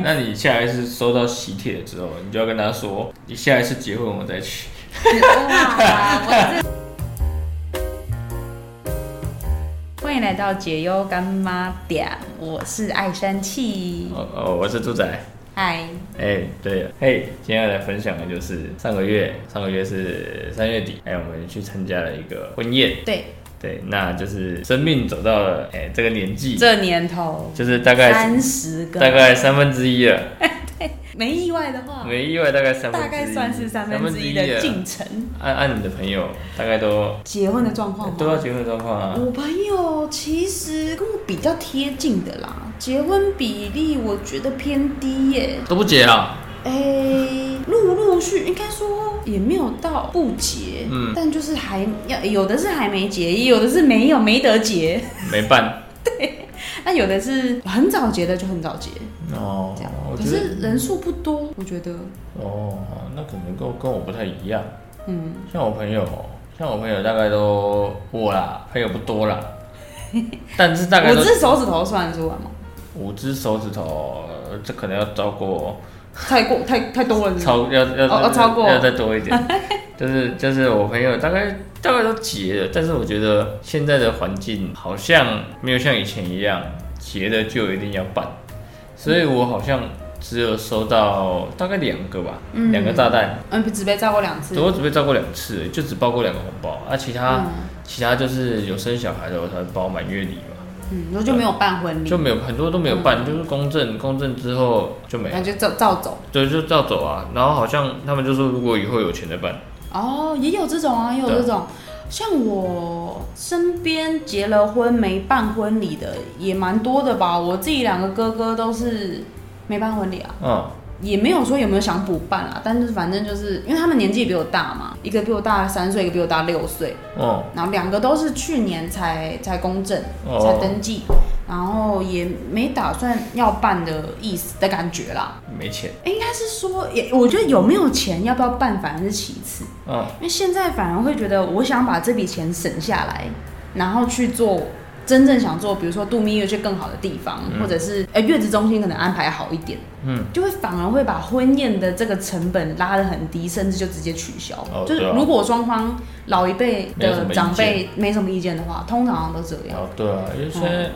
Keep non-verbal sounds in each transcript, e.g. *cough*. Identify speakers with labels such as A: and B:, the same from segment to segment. A: 那你下一次收到喜帖之后，你就要跟他说，你下一次结婚我再去。
B: *laughs* 哇，我这。欢迎来到解忧干妈点，我是爱生气。
A: 哦哦，我是猪仔。
B: 嗨，
A: 哎、对了，嘿，今天要来分享的就是上个月，上个月是三月底，哎、我们去参加了一个婚宴，
B: 对，
A: 对，那就是生命走到了哎、这个年纪，
B: 这年头
A: 就是大概
B: 三十个，
A: 大概三分之一了，
B: 没意外的话，
A: 没意外大概三分之
B: 大
A: 一，
B: 概算是三分之一
A: 了
B: 的进程。
A: 按按你的朋友大概都
B: 结婚的状况
A: 都要
B: 吗？
A: 结婚的状况啊，
B: 我朋友其实跟我比较贴近的啦，结婚比例我觉得偏低耶、
A: 都不结啊，
B: 哎、陆陆续应该说也没有到不结，
A: 嗯
B: 但就是还要有的是还没结，有的是没有没得结， *laughs*
A: 没办
B: 那有的是很早结的就很早结，
A: 哦
B: 这样。
A: 我
B: 可
A: 觉得
B: 是人数不多，我觉得，
A: 哦，那可能跟我跟我不太一样。
B: 嗯，
A: 像我朋友，像我朋友大概都我啦，朋友不多啦， *laughs* 但是大概
B: 五
A: 都
B: 只手指头算得出来吗？
A: 五只手指头，呃这可能要超过
B: 太过太太多人了，
A: 超要要
B: 哦哦超过
A: 要再多一点。 *laughs* 就是就是我朋友大概大概都结了，但是我觉得现在的环境好像没有像以前一样结了就一定要办，所以我好像只有收到大概两个吧，
B: 嗯
A: 两、个炸弹。
B: 嗯，只被照过两次，
A: 我只被照过两次而已，就只包过两个红包，啊，其他、
B: 嗯
A: 其他就是有生小孩的我才包满月礼嘛，
B: 嗯，然后就没有办婚礼
A: 就，没有很多都没有办，就是公证，公证之后就没
B: 那
A: 了，
B: 就照照走。
A: 对，就照走啊。然后好像他们就说，如果以后有钱再办，
B: 哦，也有这种啊，也有这种。像我身边结了婚没办婚礼的也蛮多的吧，我自己两个哥哥都是没办婚礼啊，
A: 嗯，
B: 也没有说有没有想补办啦，但是反正就是因为他们年纪比我大嘛，一个比我大三岁，一个比我大六岁，
A: 哦，
B: 然后两个都是去年才才公证
A: 哦
B: 才登记，然后也没打算要办的意思的感觉啦，
A: 没钱，
B: 应该是说也我觉得有没有钱要不要办反而是其次。
A: 嗯，
B: 因为现在反而会觉得，我想把这笔钱省下来，然后去做真正想做，比如说度蜜月去更好的地方，或者是哎、月子中心可能安排好一点，
A: 嗯，
B: 就会反而会把婚宴的这个成本拉得很低，甚至就直接取消。
A: 哦
B: 就是
A: 对啊
B: 如果双方老一辈
A: 没有什
B: 的
A: 么意见
B: 长辈没什么意见的话，通常好像都这样。
A: 哦，对啊，因为现
B: 嗯
A: 在、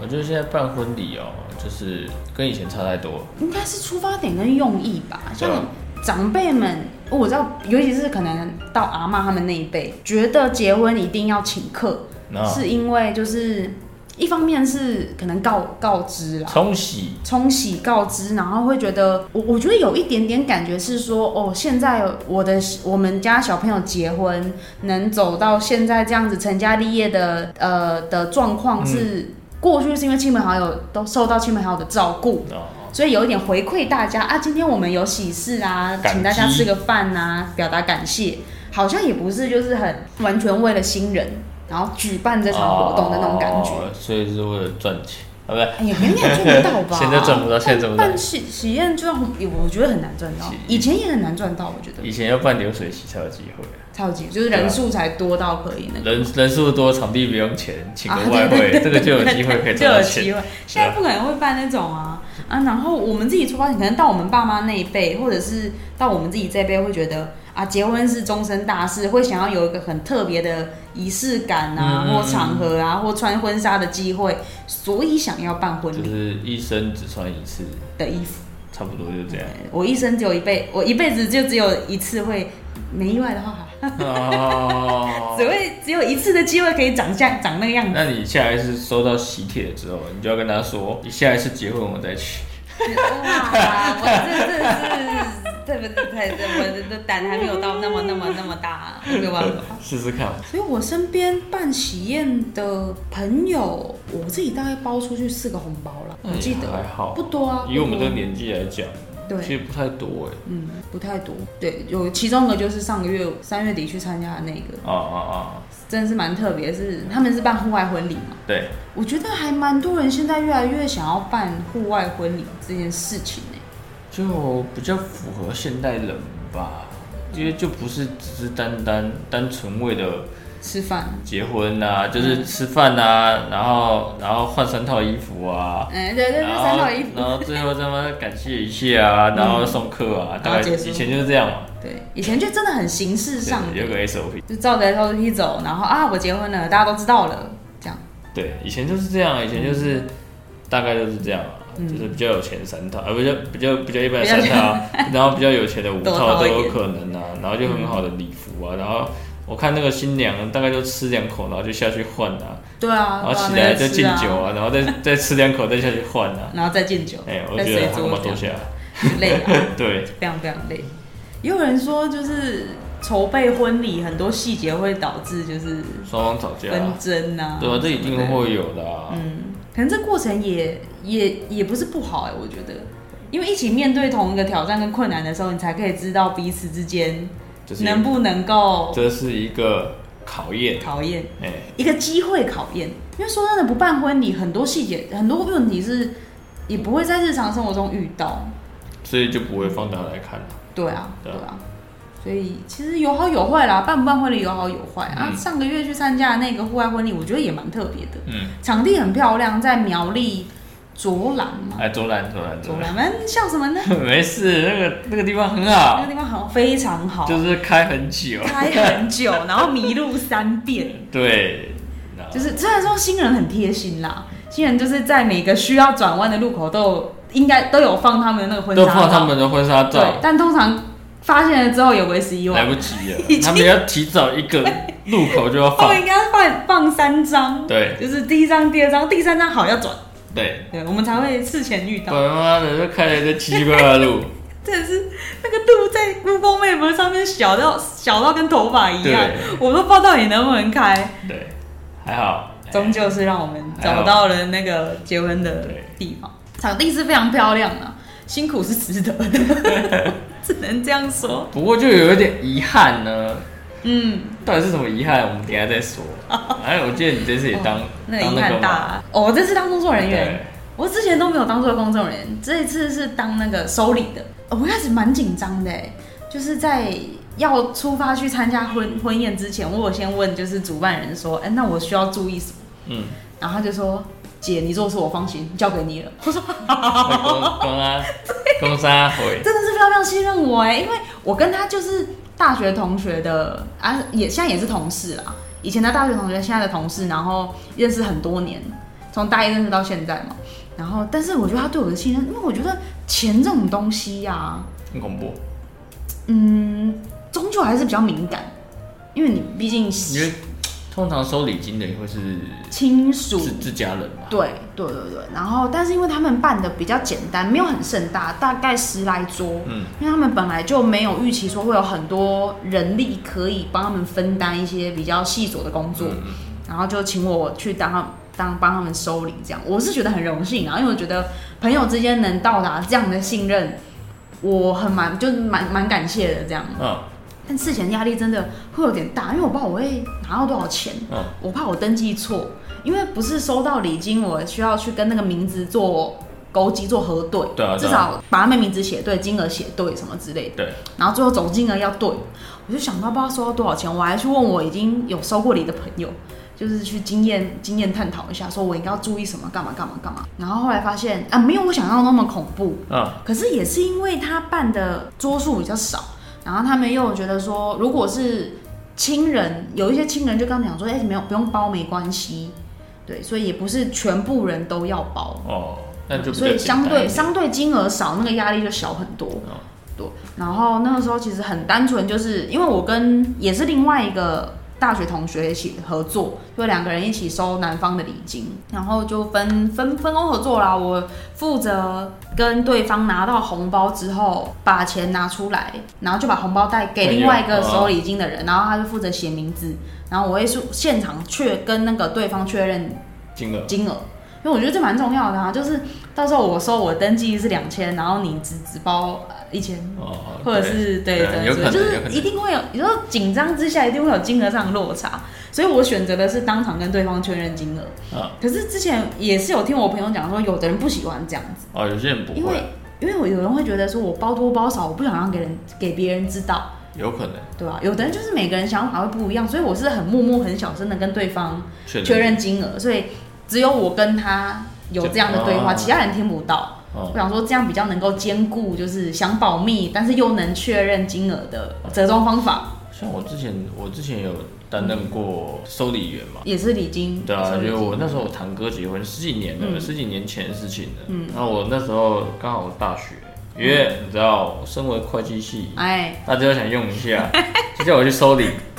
A: 我觉得现在办婚礼哦，就是跟以前差太多了，
B: 应该是出发点跟用意吧，
A: 对
B: 像
A: 啊
B: 长辈们。我知道，尤其是可能到阿妈他们那一辈，觉得结婚一定要请客，
A: 那
B: 是啊因为就是一方面是可能告告知啦，
A: 冲洗，
B: 冲洗告知，然后会觉得我我觉得有一点点感觉是说，哦，现在我的我们家小朋友结婚能走到现在这样子成家立业的呃的状
A: 嗯
B: 况是。过去是因为亲朋好友都受到亲朋好友的照顾，
A: 哦，
B: 所以有一点回馈大家啊。今天我们有喜事啊，
A: 感激
B: 请大家吃个饭啊，表达感谢，好像也不是就是很完全为了新人，然后举办这场活动的那种感觉。
A: 哦所以是为了赚钱，啊，不对，
B: 哎呀，应该也赚不到吧？
A: *laughs* 现在赚不到现在赚不到
B: 办办喜喜宴就很，我觉得很难赚到
A: 喜，
B: 以前也很难赚到，我觉得
A: 以前要办流水席才有机会。
B: 超级就是人数才多到可以那个。
A: 人人数多，场地不用钱，请
B: 啊
A: 个外
B: 对
A: 汇，这
B: 对对
A: 嗯个就有机会可以
B: *laughs* 就
A: 赚到
B: 有
A: 钱。
B: 机会，现在不可能会办那种啊啊！然后我们自己出发点，可能到我们爸妈那一辈，或者是到我们自己这一辈，会觉得啊，结婚是终身大事，会想要有一个很特别的仪式感啊，
A: 嗯
B: 或场合啊，或穿婚纱的机会，所以想要办婚
A: 就
B: 礼
A: 是一生只穿一次，
B: 的衣服。
A: 差不多就这样。
B: 我一生只有一辈，我一辈子就只有一次会，没意外的话， *laughs*
A: 哦，
B: 只会只有一次的机会可以长相长那个样子。
A: 那你下一次收到喜帖之后，你就要跟他说，你下一次结婚我再去。
B: 哇，我这真的是。对不对？太我的胆还没有到那么那么那么大，没有办法。
A: 试试看。
B: 所以我身边办喜宴的朋友，我自己大概包出去四个红包了，我记
A: 哎
B: 得
A: 还好
B: 不，多啊。
A: 以我们
B: 不
A: 这
B: 多
A: 个年纪来讲，其
B: 对，
A: 实不太多哎。
B: 嗯，不太多。对，有其中一个就是上个月三月底去参加的那个，
A: 啊啊啊！
B: 真的是蛮特别，是他们是办户外婚礼嘛。
A: 对，
B: 我觉得还蛮多人现在越来越想要办户外婚礼这件事情欸呢、
A: 就比较符合现代人吧，因为就不是只是单单单纯为了
B: 吃饭，
A: 结婚啊，就是吃饭啊，然后然后换三套衣服啊，
B: 哎、对对
A: 然
B: 对，
A: 后
B: 三套衣服，
A: 然后最后他妈感谢一下啊，然后送客啊，大概
B: 嗯然后结束
A: 以前就是这样嘛，
B: 对，以前就真的很形式上
A: 对有
B: 的，
A: 个 SOP，
B: 就照着 SOP 走，然后啊，我结婚了，大家都知道了，这样，
A: 对，以前就是这样，以前就是大概就是这样啊。
B: 嗯
A: 就是比较有钱三套，呃而比较比较比较一般的三套，啊
B: *laughs*
A: 然后比较有钱的五
B: 多
A: 套
B: 套
A: 都
B: 一
A: 有
B: 点
A: 可能啊，然后就很好的礼服啊，然后我看那个新娘大概就吃两口，然后就下去换啊，
B: 对啊，
A: 然后
B: 对啊
A: 起来
B: 没
A: 再
B: 得
A: 敬
B: 吃啊
A: 酒啊，然后再再吃两口再下去换啊，
B: 然后再敬酒，
A: 哎、我
B: 再
A: 觉得
B: 随
A: 他
B: 桌
A: 干嘛坐
B: 这
A: 下来？
B: 样累
A: *laughs*
B: 啊。
A: 对，
B: 非常非常累。也有人说，就是筹备婚礼很多细节会导致就是
A: 双方吵架啊、
B: 纷争啊，
A: 对啊，这一定
B: 什么的。
A: 会有的、啊。
B: 嗯可能这过程也也也不是不好哎、我觉得，因为一起面对同一个挑战跟困难的时候，你才可以知道彼此之间
A: 就是
B: 能不能够
A: 这是一个考验，
B: 考验。
A: 哎、
B: 一个机会考验。因为说真的，不办婚礼，很多细节、很多问题是也不会在日常生活中遇到。
A: 所以就不会放大来看了。
B: 对啊，
A: 对
B: 对
A: 啊
B: 啊。所以其实有好有坏啦，办不办婚礼有好有坏啊。
A: 嗯
B: 上个月去参加的那个户外婚礼，我觉得也蛮特别的，
A: 嗯，
B: 场地很漂亮，在苗栗卓兰嘛，
A: 哎，左蓝，左蓝，
B: 卓
A: 左
B: 兰，们笑什么呢？
A: 蓝， *laughs* 没事，那个那个地方很
B: 那
A: 好
B: 个，地方好像非常好，
A: 就是开很久，
B: 开很久，然后迷路三遍， *laughs*
A: 对，然后
B: 就是虽然说新人很贴心啦，新人就是在每个需要转弯的路口都有应该都有放他们的那个婚纱
A: 都
B: 照，
A: 放他们的婚纱
B: 对
A: 照，，
B: 但通常发现了之后也为时已晚
A: 来，不及了
B: 已，经
A: 他们要提早一个路口就要放，
B: 后面哦应该放放三张，
A: 对
B: 就是第一张、第二张、第三张好要转，
A: 对，
B: 对，我们才会事前遇
A: 不
B: 到。
A: 然妈的就开了一个奇奇怪怪的路，
B: 真的是那个度在 Google Map 上面小到小到跟头发一样
A: 对，
B: 我都不知道到底能不能开。
A: 对，还好，哎
B: 终究是让我们
A: 还好
B: 找到了那个结婚的
A: 对
B: 地方，场地是非常漂亮啊，辛苦是值得
A: *laughs*
B: 的，只能这样说。
A: 不过就有一点遗憾呢，
B: 嗯，
A: 到底是什么遗憾，我们等一下再
B: *laughs*
A: 说。哎，我记得你这次也当、
B: 哦那个
A: 当
B: 遗
A: 那个
B: 憾大
A: 嘛，
B: 啊！哦，我这次当工作人员
A: 对，
B: 我之前都没有当做工作人员，这一次是当那个收礼的。哦我一开始蛮紧张的欸，就是在要出发去参加婚婚宴之前，我有先问就是主办人说，哎、那我需要注意什么？
A: 嗯，
B: 然后他就说，姐，你做事我放心，交给你了。我说，
A: 那公
B: *laughs*
A: 公啊，公杀回，
B: 真的是非常非常信任我哎，因为我跟他就是大学同学的啊，也现在也是同事啦。以前的大学同学，现在的同事，然后认识很多年，从大一认识到现在嘛。然后，但是我觉得他对我的信任，因为我觉得钱这种东西呀、
A: 很恐怖。
B: 嗯，终究还是比较敏感，因为你毕竟
A: 因为通常收礼金的也会是
B: 亲属
A: 自自家人嘛，
B: 对对对对，然后但是因为他们办的比较简单，没有很盛大，大概十来桌，
A: 嗯，
B: 因为他们本来就没有预期说会有很多人力可以帮他们分担一些比较细琐的工作，然后就请我去当他当帮他们收礼，这样我是觉得很荣幸啊，因为我觉得朋友之间能到达这样的信任，我很蛮就是蛮蛮感谢的这样，
A: 嗯
B: 但事前压力真的会有点大，因为我不知道我会拿到多少钱，
A: 嗯
B: 我怕我登记错，因为不是收到礼金，我需要去跟那个名字做勾稽做核对，
A: 对啊对啊
B: 至少把他们名字写对，金额写对什么之类的，
A: 对，
B: 然后最后总金额要对，我就想到不知道收到多少钱，我还去问我已经有收过礼的朋友，就是去经验经验探讨一下，说我应该要注意什么，干嘛干嘛干嘛，然后后来发现啊，没有我想象的那么恐怖，
A: 嗯，
B: 可是也是因为他办的桌数比较少，然后他们又觉得说，如果是亲人，有一些亲人就跟他们讲说，哎、没有不用包没关系，对，所以也不是全部人都要包，
A: 哦，那就比较
B: 所以相对
A: 简单一
B: 嗯
A: 点
B: 相对金额少，那个压力就小很多。
A: 哦
B: 对，然后那个时候其实很单纯，就是因为我跟也是另外一个大学同学一起合作，就两个人一起收男方的礼金，然后就分分分工合作啦。我负责跟对方拿到红包之后，把钱拿出来，然后就把红包带给另外一个收礼金的人，然后他就负责写名字，然后我会说现场确跟那个对方确认
A: 金额，
B: 金额，因为我觉得这蛮重要的啊，就是到时候我收我登记是两千，然后你只只包一千，
A: 哦，
B: 或者是对
A: 对
B: 对
A: 有可能
B: 对，就
A: 有
B: 是
A: 可能
B: 一定会有，你说紧张之下一定会有金额上的落差，所以我选择的是当场跟对方确认金额。
A: 对嗯，
B: 可是之前也是有听我朋友讲说，有的人不喜欢这样子，
A: 哦，有些人不
B: 因为
A: 会，
B: 因为我有人会觉得说我包多包少，我不想让给人给别人知道，
A: 有可能
B: 对吧、有的人就是每个人想法会不一样，所以我是很默默、很小声的跟对方
A: 确
B: 确
A: 认
B: 认金额，所以只有我跟他有这样的对话，
A: 哦
B: 其他人听不到。
A: 哦
B: 我想说这样比较能够兼顾，就是想保密，但是又能确认金额的折中方法，
A: 像我之前，我之前有担任过收礼员嘛，
B: 也是礼金。
A: 对啊，
B: 收礼
A: 因为
B: 金
A: 我那时候我堂哥结婚十几年了，
B: 嗯
A: 十几年前的事情了。嗯，那我那时候刚好大学，
B: 嗯
A: 因为你知道，我身为会计系，
B: 哎，
A: 大家都想用一
B: *laughs*
A: 下，就叫我去收礼。我
B: 收礼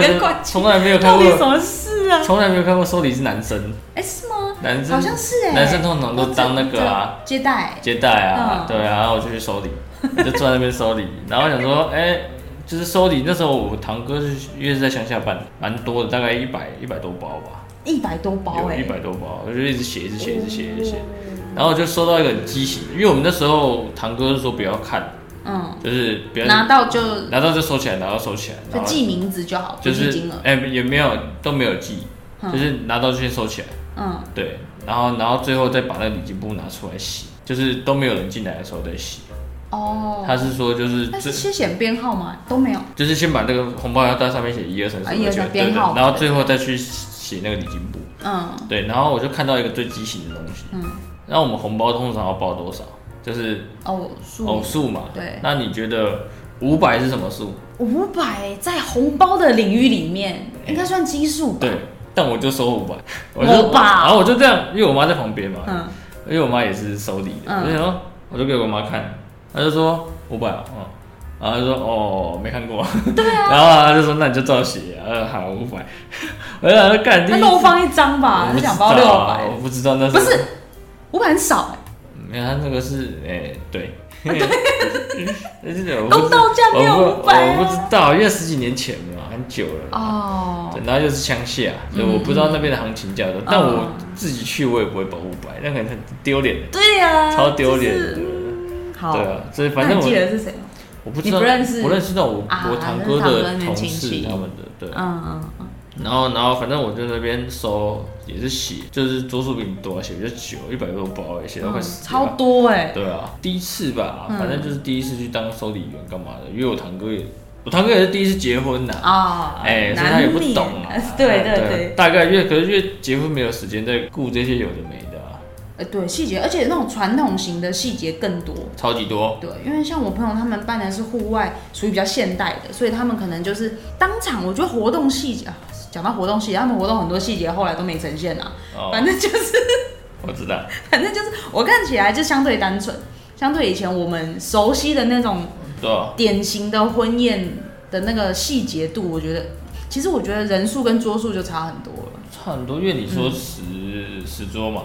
B: 跟
A: 是
B: 会计
A: 从来没有看
B: 到底什
A: 过，
B: 么事啊？
A: 从来没有看过收礼是男生，
B: 哎，是吗？
A: 男生
B: 好像是哎，
A: 男生通常都当那个啊，
B: 接待，
A: 接待啊
B: 嗯，
A: 对啊，然后我就去收礼，我就坐在那边
B: *laughs*
A: 收礼，然后想说，哎、就是收礼那时候我堂哥是因为是在乡下办，蛮多的，大概一百一百多包吧，
B: 一百多包哦
A: 有
B: 哎，
A: 一百多包，我就一直写，一直写，一直写，一直写，然后我就收到一个很畸形，因为我们那时候堂哥说不要看，
B: 嗯，
A: 就是不要
B: 拿到就
A: 拿到就收起来，拿到收起来，
B: 就
A: 然后
B: 记名字就好，
A: 就
B: 不记
A: 是
B: 金额。
A: 哎、也没有都没有记，
B: 嗯
A: 就是拿到就先收起来。
B: 嗯，
A: 对，然后然后最后再把那个礼金簿拿出来洗，就是都没有人进来的时候再洗。
B: 哦，
A: 他是说就是
B: 但
A: 最
B: 是缺险编号吗？都没有。
A: 就是先把那个红包要单上面写一二三四
B: 啊
A: 五
B: 一
A: 六
B: 二
A: 七
B: 三
A: 八对对
B: 编号
A: 然后最后再去写那个礼金簿。
B: 嗯
A: 对，然后我就看到一个最畸形的东西，
B: 嗯，
A: 那我们红包通常要包多少？就是
B: 偶数
A: 偶数嘛。
B: 对
A: 那你觉得五百是什么数？
B: 五百在红包的领域里面应该算奇数吧？
A: 对，但我就收五
B: *laughs*
A: 百，我就
B: 我吧
A: 然后我就这样，因为我妈在旁边嘛，
B: 嗯，
A: 因为我妈也是收礼的，
B: 嗯
A: 我就想说，我就给我妈看，她就说五百啊，哦然后她就说哦没看
B: *laughs*
A: 过，对啊，然后她就说那你就照写啊，呃好五百， *laughs* 我就想说干第
B: 啊那
A: 一
B: 漏放一张吧，
A: 我不
B: 那
A: 知
B: 两
A: 道
B: 包六
A: 啊
B: 百，
A: 我不知道那
B: 不是五百很少欸
A: 没有，他那个是哎、对。 *laughs* 但是我
B: 哎，
A: 不
B: 公道价没
A: 我
B: 有
A: 不
B: 五百
A: 我不知
B: 啊。
A: 道，因为十几年前嘛，很久了。
B: 哦嗯
A: 对，然后又是乡下，所以我不知道那边的行情价格。但我自己去，我也不会保五百，那个很丢脸，
B: 对呀，
A: 超丢脸
B: 啊
A: 的。
B: 就是好
A: 对，啊，所以反
B: 那
A: 正
B: 你记
A: 我
B: 得是谁吗？
A: 我不知道，
B: 你不认识
A: 我认识到我
B: 啊
A: 我堂哥的同
B: 那是堂哥
A: 事
B: 那亲戚
A: 他们的对，
B: 嗯嗯嗯，
A: 然后然后反正我在那边收也是写，就是桌数比你多，写比较久，一百多包欸，写到快
B: 嗯
A: 死掉
B: 超多哎，
A: 对啊，第一次吧，
B: 嗯
A: 反正就是第一次去当收礼员干嘛的，因为我堂哥也，我堂哥也是第一次结婚呐、
B: 啊，
A: 哎、所以
B: 难
A: 他也不
B: 免，
A: 懂啊
B: *laughs* 对对对，
A: 大概因为可是因为结婚没有时间再顾这些有的没的、啊，
B: 呃对细节，而且那种传统型的细节更多。
A: 超级多，
B: 对，因为像我朋友他们办的是户外，属于比较现代的，所以他们可能就是当场，我觉得活动细节，啊讲到活动细节，他们活动很多细节后来都没呈现啊，
A: 哦，
B: 反正就是
A: 我知道，
B: 反正就是我看起来就相对单纯，相对以前我们熟悉的那种
A: 对啊，
B: 典型的婚宴的那个细节度，我觉得其实我觉得人数跟桌数就差很多了，
A: 差很多，因为你说十、十桌嘛，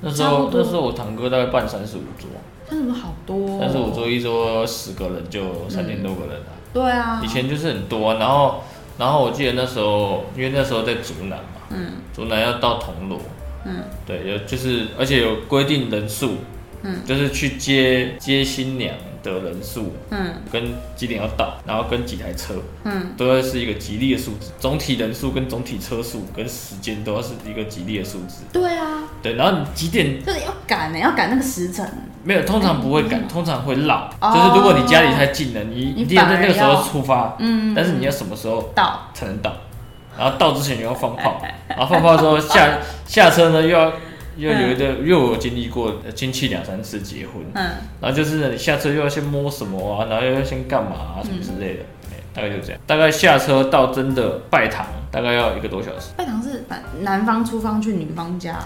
A: 那时
B: 嗯差
A: 候
B: 不多
A: 那时候我堂哥大概办三十五桌，
B: 但是好多、哦
A: 三十五，桌一桌十个人就三千多个人啊，
B: 对啊，
A: 以前就是很多、然后然后我记得那时候，因为那时候在竹南嘛，嗯，竹南要到铜锣，
B: 嗯，
A: 对，有就是而且有规定人数，
B: 嗯，
A: 就是去接接新娘的人数
B: 嗯
A: 跟几点要到，然后跟几台车，
B: 嗯，
A: 都要是一个吉利的数字，总体人数跟总体车数跟时间都要是一个吉利的数字，
B: 对啊，
A: 对，然后你几点
B: 就是要赶呢、要赶那个时辰，
A: 没有，通常不会赶，通常会绕，
B: 嗯哦
A: 就是如果你家里太近了，你
B: 你
A: 一定要在那个时
B: 反而
A: 候
B: 要
A: 出发，
B: 嗯，
A: 但是你要什么时候？
B: 到。
A: 才能到。然后到之前又要放炮，
B: 哎
A: 然后放炮之后
B: *laughs*
A: 下下车呢又要又有一个，因为我有经历过呃亲戚两三次结
B: *laughs*
A: 婚，
B: 嗯，
A: 然后就是呢你下车又要先摸什么啊，然后又要先干嘛啊什么之类的，
B: 嗯
A: 哎大概就这样。大概下车到真的拜堂大概要一个多小时。
B: 拜堂是男男方出方去女方家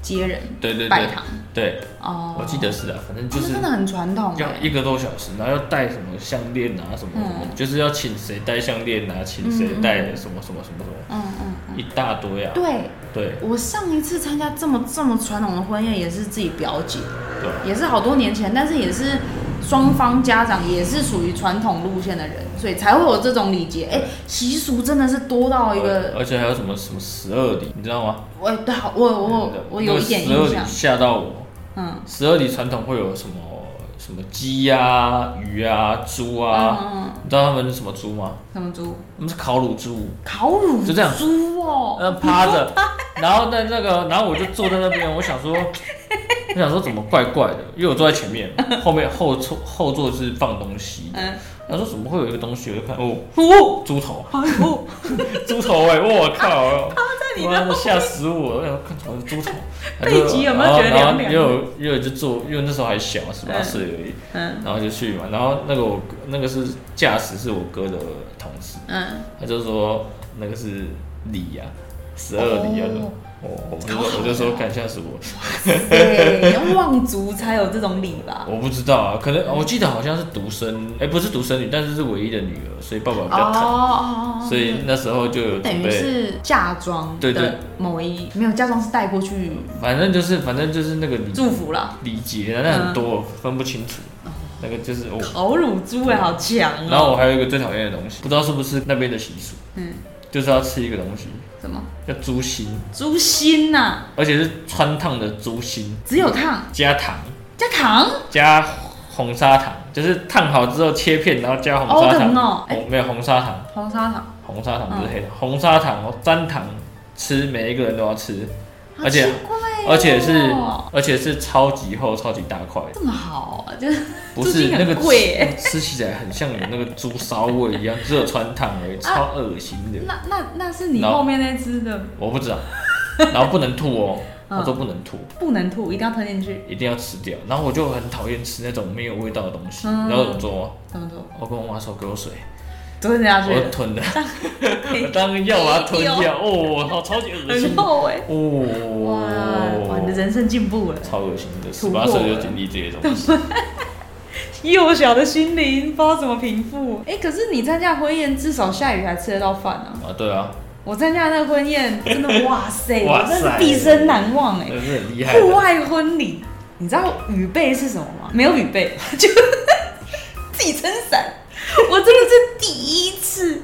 B: 接人
A: 对对
B: 拜
A: 对
B: 堂
A: 对，
B: 哦，
A: 我记得是啊，反正就
B: 哦那
A: 是
B: 真的很传统
A: 要
B: 哎，
A: 一个多小时，然后要带什么项链啊什么什
B: 嗯
A: 么，就是要请谁戴项链啊，请谁戴什么什么什么什么，
B: 嗯嗯，
A: 一大堆啊。
B: 对
A: 对
B: 我上一次参加这么这么传统的婚宴也是自己表姐，
A: 对，
B: 也是好多年前，但是也是双方家长也是属于传统路线的人，所以才会有这种礼节，哎、
A: 对
B: 习俗真的是多到一个，
A: 呃而而且还有什么什么十二里，你知道吗？
B: 我对好我我我有一点
A: 十二
B: 印
A: 里
B: 象，
A: 吓到我。
B: 嗯
A: 十二里传统会有什么什么鸡啊、鱼啊、猪啊？
B: 嗯，嗯
A: 你知道他们是什么猪吗？
B: 什么猪？
A: 他们是烤乳猪，
B: 烤乳
A: 就这样
B: 猪哦， *laughs*
A: 呃，趴着，然后在那个，然后我就坐在那边，我想说，我想说怎么怪怪的，因为我坐在前
B: *laughs*
A: 面，后面后座后座是放东西的。
B: 嗯
A: 我想说怎么会有一个东西？我就看哦，哦，猪头， *laughs*
B: 哎呦，
A: 猪头哎、我靠！
B: 在 *laughs* 你
A: 妈
B: 的
A: 的吓死我了！我想说看怎么是猪头？
B: *laughs* 背脊有没有
A: 然后
B: 觉得
A: 然后
B: 凉凉
A: 又有又有就坐，因为那时候还小，十八岁而已，
B: 嗯
A: 然后就去嘛。然后那个我那个是驾驶是我哥的同事，
B: 嗯，
A: 他就说那个是里呀、十二里呀、
B: 哦
A: 我我就说我就说敢吓死我！
B: *laughs* 对，望族才有这种礼吧？
A: 我不知道啊，可能我记得好像是独生，哎、不是独生女，但是是唯一的女儿，所以爸爸比较疼，
B: 哦哦
A: 所以那时候就有
B: 等
A: 准
B: 于
A: 备，
B: 是嫁妆
A: 对对
B: 的某一没有嫁妆是带过去
A: 反正就是反正就是那个礼
B: 祝福啦，
A: 礼节，那很多、
B: 嗯
A: 分不清楚，
B: 哦
A: 那个就是我。
B: 烤乳猪哎，好强
A: 然
B: 哦！
A: 后我还有一个最讨厌的东西，不知道是不是那边的习俗，
B: 嗯，
A: 就是要吃一个东西
B: 什么
A: 叫猪心，
B: 猪心呐、
A: 而且是穿烫的猪心，
B: 只有烫
A: 加糖
B: 加糖，
A: 加红砂糖，就是烫好之后切片，然后加红砂
B: 哦
A: 糖。
B: 很哦哎嗯
A: 没有红砂糖，
B: 红砂糖，
A: 红砂糖不是黑糖，红砂糖哦，沾糖吃，每一个人都要吃，而且
B: 好奇怪哦
A: 而且是而且是超级厚、超级大块的，
B: 这么好、啊，就是
A: 不
B: 猪
A: 是
B: 心
A: 那
B: 很
A: 个
B: 贵耶
A: 吃 *laughs* 吃起来很像有那个猪骚味一样，只有穿烫
B: 啊
A: 而已，超恶心的。
B: 那那那是你
A: 然后
B: 后面那只的，
A: 我不知道，然后不能吐哦，
B: 嗯
A: 我说不能吐，
B: 不能吐，一定要吞进去。
A: 一定要吃掉。然后我就很讨厌吃那种没有味道的东西，
B: 嗯
A: 然后怎么做？
B: 怎么做？
A: 我跟我妈说给我水，
B: 吞下去，
A: 我吞了，我当然要把它吞掉。哦，好超级恶心
B: 很，厚哎、哇哇，你的
A: 哦，
B: 人生进步了，
A: 超恶心的，十
B: 突破
A: 八
B: 了
A: 岁就经历这些东西，
B: 幼小的心灵不知道怎么平复。哎、可是你参加婚宴，至少下雨还吃得到饭啊。
A: 啊，对啊，
B: 我参加那个婚宴，真的哇塞，
A: 哇
B: 我真的
A: 塞
B: 是毕生难忘哎、
A: 那是很厉害
B: 户
A: 的。
B: 外婚礼，你知道雨备是什么吗？没有雨备， *laughs* 就自己撑伞。我真的是第一次，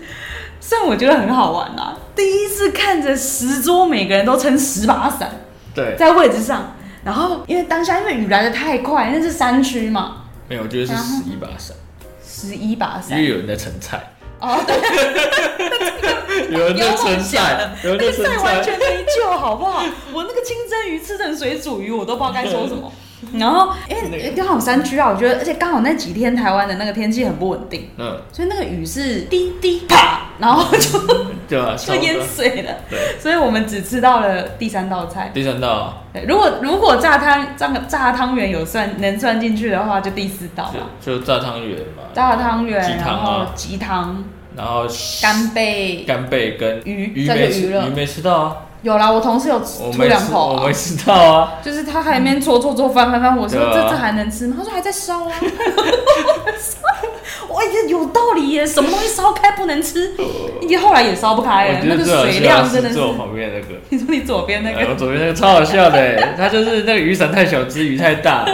B: 虽然我觉得很好玩啦，第一次看着十桌每个人都撑十把伞
A: 对，
B: 在位置上，然后因为当下因为雨来的太快，那是山区嘛，
A: 没有，我觉得是
B: 然后
A: 十一把伞，
B: 十一把
A: 因
B: 伞
A: 为。有人在盛菜，
B: 哦，对，
A: 有人在盛菜，有
B: 那
A: 人在
B: 个
A: 盛
B: 赛完
A: 菜，
B: 全没救，好不好？ *laughs* 我那个清蒸鱼吃成水煮鱼，我都不知道该说
A: *laughs*
B: 什么。然后，因为刚好山区啊，我觉得，而且刚好那几天台湾的那个天气很不稳定，
A: 嗯，
B: 所以那个雨是滴滴啪，然后就
A: 对啊，
B: 就
A: 差不
B: 淹
A: 多。
B: 水了。
A: *laughs* 对，
B: 所以我们只吃到了第三道菜。
A: 第三道
B: 对，如果如果炸汤炸炸汤圆有算能算进去的话，就第四道吧。
A: 就就炸汤圆嘛，
B: 炸汤圆，
A: 鸡汤
B: 然后
A: 啊，
B: 鸡汤、
A: 然后
B: 干贝，
A: 干贝跟
B: 鱼，
A: 鱼
B: 再
A: 没
B: 就
A: 吃，
B: 鱼了
A: 鱼。没吃到啊，
B: 有啦，我同事有
A: 我
B: 吐
A: 没
B: 两
A: 吃，
B: 口、
A: 我
B: 啊
A: 没，吃到
B: *laughs*
A: 啊，
B: 就是他还在那边搓搓搓翻翻翻，我说、
A: 对啊
B: 这这还能吃吗？他说还在烧
A: *laughs*
B: 啊。我也有道理耶，什么东西烧开不能吃？你后来也烧不开
A: 我
B: 耶，
A: 觉
B: 哎那
A: 得
B: 个
A: 最好
B: 水
A: 笑
B: 量
A: 的
B: 真的
A: 是
B: 是。
A: 坐我旁边的那个。
B: *laughs* 你说你左边那
A: 哎，
B: 个
A: 我左边那个超好
B: *laughs*
A: 笑的欸，他就是那个雨伞太小只，雨太大，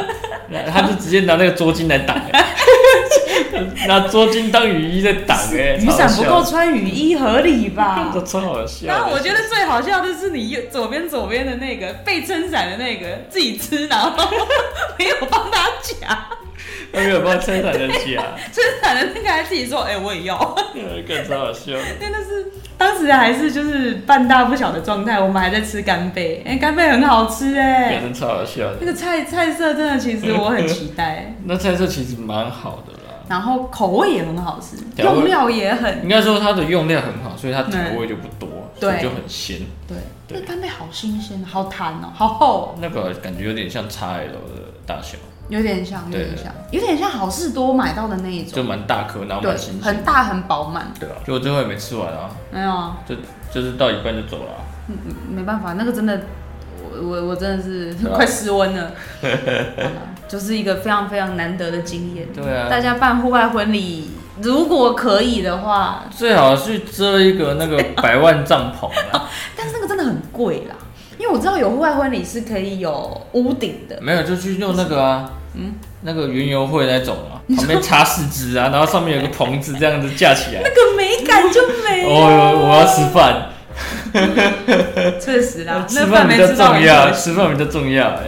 A: 他就直接拿那个捉巾来挡
B: *laughs*
A: 欸，拿捉巾当雨衣在挡哎，
B: 雨伞不
A: 超好
B: 够
A: 笑
B: 穿雨衣合理吧
A: 的，？超好笑的。哎
B: 然后我觉得最好笑的是你右左边左边的那个被撑伞的那个自己吃，然后 *laughs* 没有帮他夹
A: 他没有帮撑伞的起啊，
B: 撑伞的那个还自己说：“哎、我也要。”
A: *laughs* 更超好笑的。
B: 真的是当时还是就是半大不小的状态，我们还在吃干贝，哎、干贝很好吃哎、
A: 真的超好笑
B: 那
A: 的。
B: 个菜菜色真的，其实我很期待，
A: 那菜色其实蛮好的啦，
B: 然后口味也很好吃，
A: 调味
B: 用料也很
A: 应该说它的用料很好，所以它调味就不多，
B: 对
A: 所以就很鲜。
B: 对。
A: 对
B: 那干贝好新鲜，好弹哦、好厚、哦，
A: 那个感觉有点像 XL 的大小，
B: 有点像，有
A: 对
B: 点像，有点像好事多买到的那一
A: 就
B: 种，
A: 蛮大颗，然后蛮
B: 对，
A: 新鲜
B: 很。大很饱满。
A: 对啊，就我最后也没吃完啊，
B: 没有啊，
A: 就就是到一半就走了啊、
B: 嗯嗯没办法，那个真的，我我我真的是
A: 对啊
B: *laughs* 快失
A: *laughs*
B: 温了，好啦就是一个非常非常难得的经验。
A: 对啊，
B: 大家办户外婚礼，如果可以的话，
A: 最好去遮一个那个百万帐篷啊，
B: 但是那个真的很贵啦。因为我知道有户外婚礼是可以有屋顶的，
A: 没有就去用那个啊，
B: 嗯
A: 那个云游会那种啊，旁边插四肢啊，然后上面有个棚子这样子架起来。
B: 那个美感就没
A: 哦
B: 有。
A: 哟，我要吃饭，
B: 确实啦，
A: 呃吃
B: 啊那
A: 饭
B: 饭
A: 比
B: 没
A: 较
B: 吃到
A: 重要，
B: 很
A: 吃饭比较重要。哎，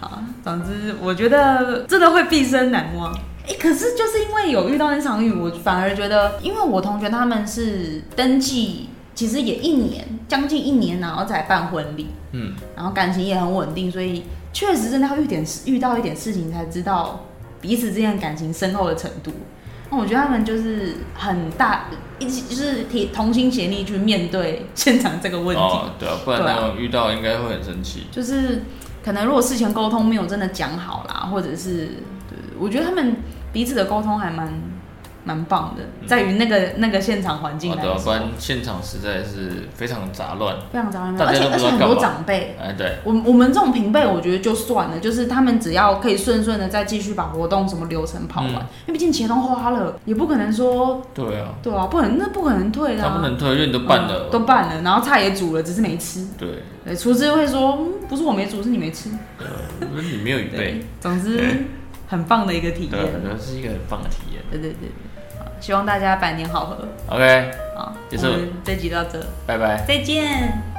B: 好，总之我觉得真的会毕生难忘。哎、可是就是因为有遇到那场雨，我反而觉得，因为我同学他们是登记，其实也一年，将近一年，然后才办婚礼，
A: 嗯，
B: 然后感情也很稳定，所以确实真的要遇点遇到一点事情才知道彼此之间的感情深厚的程度。那我觉得他们就是很大，一起就是提同心协力去面对现场这个问题。
A: 哦，对啊，不然
B: 对啊
A: 那种遇到应该会很生气。
B: 就是可能如果事前沟通没有真的讲好啦，或者是对，我觉得他们彼此的沟通还蛮蛮棒的，在于那个那个现场环境
A: 嗯哦，
B: 来
A: 对啊，不
B: 说，
A: 然现场实在是非常杂乱。
B: 非常杂乱，
A: 大
B: 而
A: 家
B: 且
A: 都
B: 而
A: 不知
B: 且
A: 道
B: 很
A: 干
B: 多
A: 嘛
B: 长辈。
A: 哎，对，
B: 我我们这种平辈，我觉得就算了，就是他们只要可以顺顺的再继续把活动什么流程跑完，
A: 嗯
B: 因为毕竟钱都花了，也不可能说
A: 对啊，
B: 对啊，不可能那不可能退的、
A: 他
B: 啊，
A: 不能退，因为你都办了
B: 嗯，都办了，然后菜也煮了，只是没吃。
A: 对，
B: 对，厨师会说、嗯不是我没煮，是你没吃。
A: 因为你没有预备
B: 对，，总之很棒的一个体
A: 对啊，
B: 验。
A: 那是一个很棒的体验。
B: 对对对对，好希望大家百年好合
A: OK，
B: 啊！
A: 结束
B: 我们这集到这，
A: 拜拜。
B: 再见。